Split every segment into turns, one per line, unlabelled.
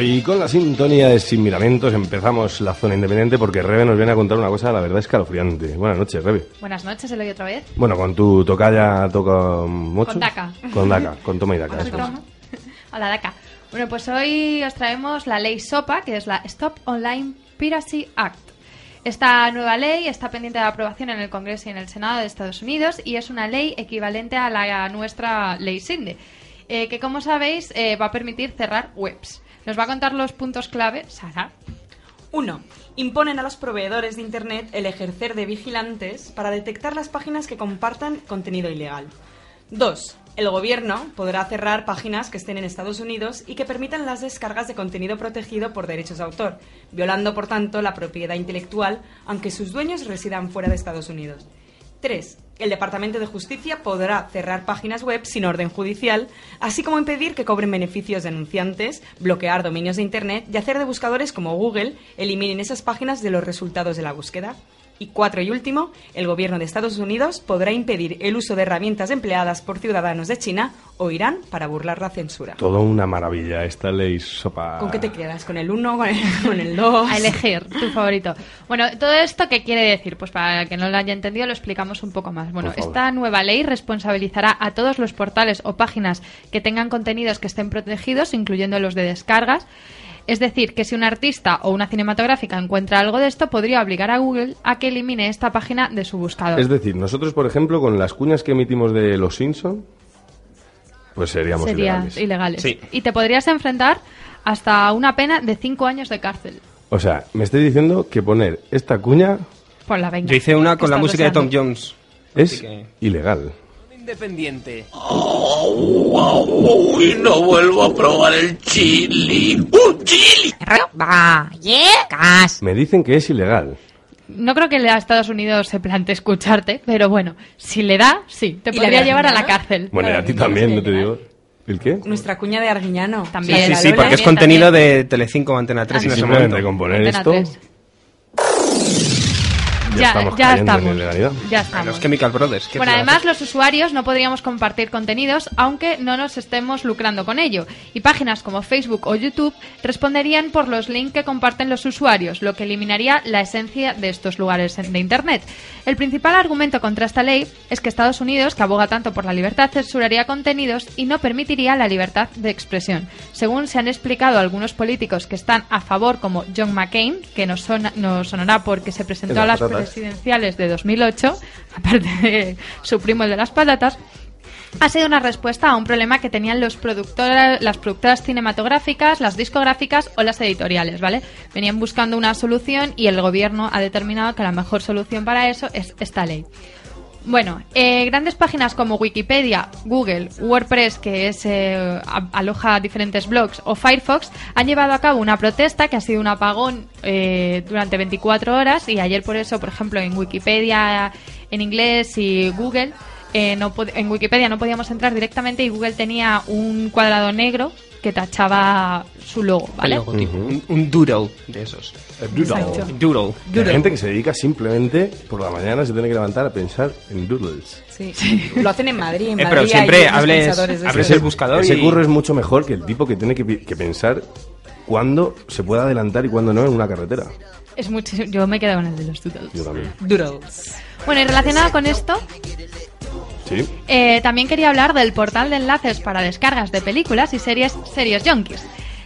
y con la sintonía de Sin Miramientos empezamos la zona independiente porque Rebe nos viene a contar una cosa, la verdad, escalofriante. Buenas noches, Rebe.
Buenas noches, se lo otra vez.
Bueno, con tu tocaya toca mocho.
Con daca.
Con daca, con toma y daca.
Hola,
eso es.
Toma. Hola, Daca. Bueno, pues hoy os traemos la ley SOPA, que es la Stop Online Piracy Act. Esta nueva ley está pendiente de aprobación en el Congreso y en el Senado de Estados Unidos y es una ley equivalente a la a nuestra ley SINDE, eh, que como sabéis eh, va a permitir cerrar webs. Nos va a contar los puntos clave, Sara.
1. Imponen a los proveedores de Internet el ejercer de vigilantes para detectar las páginas que compartan contenido ilegal. 2. El gobierno podrá cerrar páginas que estén en Estados Unidos y que permitan las descargas de contenido protegido por derechos de autor, violando por tanto la propiedad intelectual, aunque sus dueños residan fuera de Estados Unidos. 3. El Departamento de Justicia podrá cerrar páginas web sin orden judicial, así como impedir que cobren beneficios denunciantes, bloquear dominios de Internet y hacer de buscadores como Google eliminen esas páginas de los resultados de la búsqueda. Y cuatro y último, el gobierno de Estados Unidos podrá impedir el uso de herramientas empleadas por ciudadanos de China o Irán para burlar la censura.
Todo una maravilla esta ley sopa.
¿Con qué te quedas? ¿Con el 1? ¿Con el- ¿Con el 2?
A elegir tu favorito. Bueno, todo esto qué quiere decir, pues para que no lo haya entendido lo explicamos un poco más. Bueno,
Por favor.
esta nueva ley responsabilizará a todos los portales o páginas que tengan contenidos que estén protegidos, incluyendo los de descargas. Es decir, que si un artista o una cinematográfica encuentra algo de esto, podría obligar a Google a que elimine esta página de su buscador.
Es decir, nosotros, por ejemplo, con las cuñas que emitimos de Los Simpson, pues seríamos
Serían
ilegales.
ilegales.
Sí.
Y te podrías enfrentar hasta una pena de cinco años de cárcel.
O sea, me estoy diciendo que poner esta cuña
Por la venga.
Yo hice una con la
Estás
música de Tom
deseando.
Jones.
es
Así que-
ilegal.
Independiente.
Uy, no vuelvo a probar el chili. ¡Un chili!
Me dicen que es ilegal.
No creo que a Estados Unidos se plantee escucharte, pero bueno, si le da, sí, te
¿Y la
podría
de
llevar a la
Argentina?
cárcel.
Bueno, y a ti también, no te digo. ¿El qué?
Nuestra cuña de Arguiñano.
También.
Sí, sí,
La
sí,
Lola.
porque es
también,
contenido
también. Ah,
de Telecinco o Antena 3
Si
en ese
simplemente
momento.
con poner
Antena
esto,
tres.
ya,
Ya,
estamos
ya
cayendo en
estamos.
ilegalidad.
Ya
A
estamos.
los Chemical Brothers. ¿qué
Bueno,
se le va a
además
hacer?
los usuarios no podríamos compartir contenidos aunque no nos estemos lucrando con ello. Y páginas como Facebook o YouTube responderían por los links que comparten los usuarios, lo que eliminaría la esencia de estos lugares en- de Internet. El principal argumento contra esta ley es que Estados Unidos, que aboga tanto por la libertad, censuraría contenidos y no permitiría la libertad de expresión. Según se han explicado algunos políticos que están a favor, como John McCain, que nos, sona- nos sonará porque se presentó
Las
a las
patatas.
presidencias presidenciales de 2008, aparte de su primo el de las patatas, ha sido una respuesta a un problema que tenían los productora- las productoras cinematográficas, las discográficas o las editoriales, ¿vale? Venían buscando una solución y el gobierno ha determinado que la mejor solución para eso es esta ley. Bueno, eh, grandes páginas como Wikipedia, Google, WordPress, que es, eh, a- aloja diferentes blogs, o Firefox, han llevado a cabo una protesta que ha sido un apagón eh, durante 24 horas y ayer por eso, por ejemplo, en Wikipedia en inglés y Google, eh, no pod- en Wikipedia no podíamos entrar directamente y Google tenía un cuadrado negro que tachaba su logo, ¿vale?
El logotipo, un, un doodle de esos.
Exacto.
Doodle.
Hay gente que se dedica simplemente por la mañana se tiene que levantar a pensar en doodles.
Sí. Lo hacen en Madrid. En
Eh,
Madrid
pero
hay
siempre
unos
hables,
pensadores de
abres
esos.
el buscador
Ese
y...
curro es mucho mejor que el tipo que tiene que, pi- que pensar cuándo se puede adelantar y cuándo no en una carretera.
Es mucho, yo me quedo con el de los doodles.
Yo también.
Doodles.
Bueno, y relacionado con esto,
Sí.
Eh, también quería hablar del portal de enlaces para descargas de películas y series Series Junkies,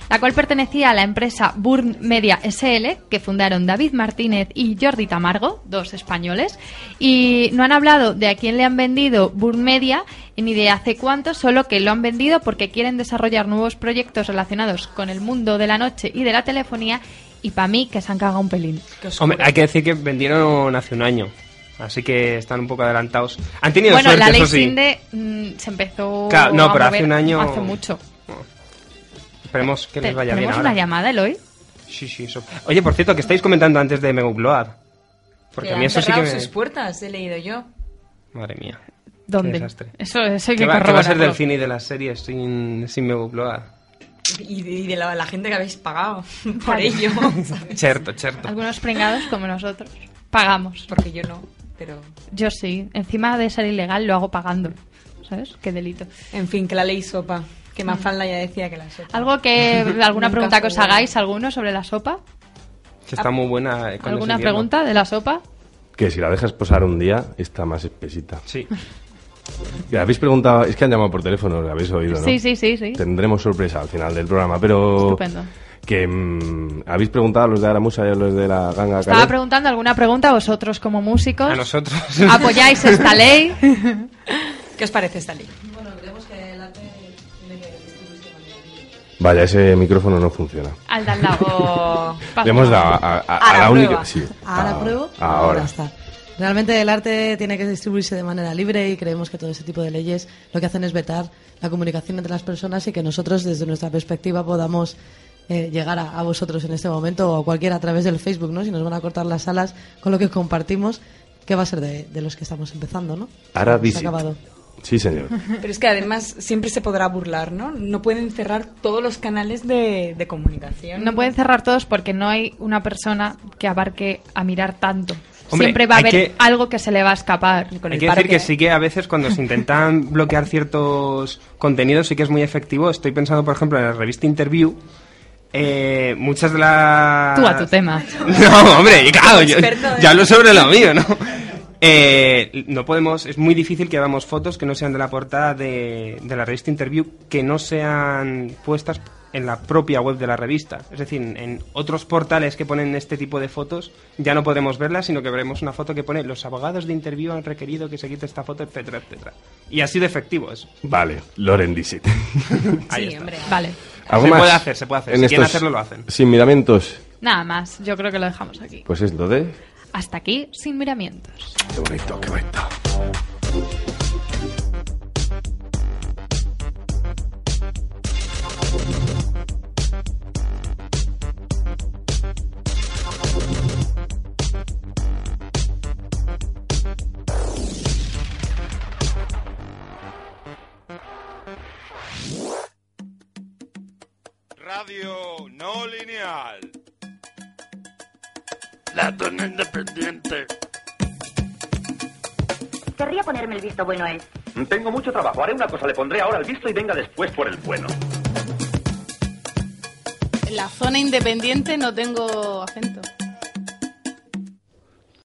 la cual pertenecía a la empresa Burn Media SL, que fundaron David Martínez y Jordi Tamargo, dos españoles, y no han hablado de a quién le han vendido Burn Media ni de hace cuánto, solo que lo han vendido porque quieren desarrollar nuevos proyectos relacionados con el mundo de la noche y de la telefonía, y para mí que se han cagado un pelín.
Qué oscuro.
Hombre, hay que decir que vendieron hace un año. Así que están un poco adelantados. Han tenido
bueno,
suerte,
la ley
eso sí.
Sinde mm, se empezó
Claro, no,
a
pero hace
mover
un año-
hace mucho.
Esperemos que les
¿Te-
vaya bien
¿Tenemos
ahora.
una llamada, Eloy?
Sí, sí, eso. Oye, por cierto, que estáis comentando antes de Mega Upload. Porque
Que
a mí
han
eso sí que
cerrado
me...
sus puertas, he leído yo.
Madre mía. Qué
¿Dónde?
desastre.
Eso, eso hay
¿Qué
que
va, qué va a ser
corroborarlo.
del cine y de las series sin, sin Mega Upload?
Y de, y de la, la gente que habéis pagado por
Claro.
ello.
Cierto, cierto.
Algunos pringados como nosotros. Pagamos.
Porque yo no, pero...
Yo sí. Encima de ser ilegal lo hago pagando. ¿Sabes? Qué delito.
En fin, que la ley sopa. Que Mafalda ya decía que la sopa.
¿Algo que, alguna
Nunca
pregunta que os
se ve.
hagáis, alguno sobre la sopa?
Que está muy buena. eh, cuando es
¿Alguna
invierno.
pregunta de la sopa?
Que si la dejas posar un día, está más espesita.
Sí.
Y Habéis preguntado, es que han llamado por teléfono, lo habéis oído, ¿no?
Sí, sí, sí, sí.
Tendremos sorpresa al final del programa, pero...
Estupendo.
Que mm, habéis preguntado a los de Aramusa y a los de la ganga
Estaba
Caleb?
preguntando alguna pregunta a vosotros como músicos.
A nosotros.
¿Apoyáis esta ley?
¿Qué os parece esta ley?
Vaya, ese micrófono no funciona.
Al de al lado.
O-
Le hemos dado a, a- a-
A
a
la
la
prueba.
única... Sí,
Ahora
a-
Ah, pruebo.
Ah, Ahora.
está. Realmente el arte tiene que distribuirse de manera libre y creemos que todo este tipo de leyes lo que hacen es vetar la comunicación entre las personas y que nosotros desde nuestra perspectiva podamos eh, llegar a, a vosotros en este momento o a cualquiera a través del Facebook, ¿no? Si nos van a cortar las alas con lo que compartimos, ¿qué va a ser de, de los que estamos empezando, no?
Ahora
Se ha
visit.
acabado.
Sí, señor.
Pero es que además siempre se podrá burlar, ¿no? No pueden cerrar todos los canales de, de comunicación.
No pueden cerrar todos porque no hay una persona que abarque a mirar tanto.
Hombre,
Siempre va a
hay
haber
que-
algo que se le va a escapar.
Con
Hay
el
que decir
parque.
que sí que a veces cuando se intentan bloquear ciertos contenidos sí que es muy efectivo. Estoy pensando, por ejemplo, en la revista Interview. eh, muchas de las...
Tú a tu tema.
No, hombre, y claro, yo,
Experto de-
yo hablo sobre lo mío, ¿no? Eh, no podemos, es muy difícil que hagamos fotos que no sean de la portada de, de la revista Interview, que no sean puestas en la propia web de la revista. Es decir, en otros portales que ponen este tipo de fotos ya no podremos verlas, sino que veremos una foto que pone los abogados de Interview han requerido que se quite esta foto, etcétera, etcétera. Y así de efectivo es.
Vale, Loren Dixit.
Ahí
Sí,
está.
hombre.
Vale.
¿Algo
Se
más?
puede hacer, se puede hacer.
En
Si quieren
estos
hacerlo, lo hacen.
Sin miramientos,
Nada más. Yo creo que lo dejamos aquí.
pues es lo de...
Hasta aquí, sin miramientos.
Qué bonito, qué bonito.
Radio no lineal.
La zona independiente.
Querría ponerme el visto bueno a él.
Tengo mucho trabajo. Haré una cosa. Le pondré ahora el visto y venga después por el bueno.
En la zona independiente no tengo acento.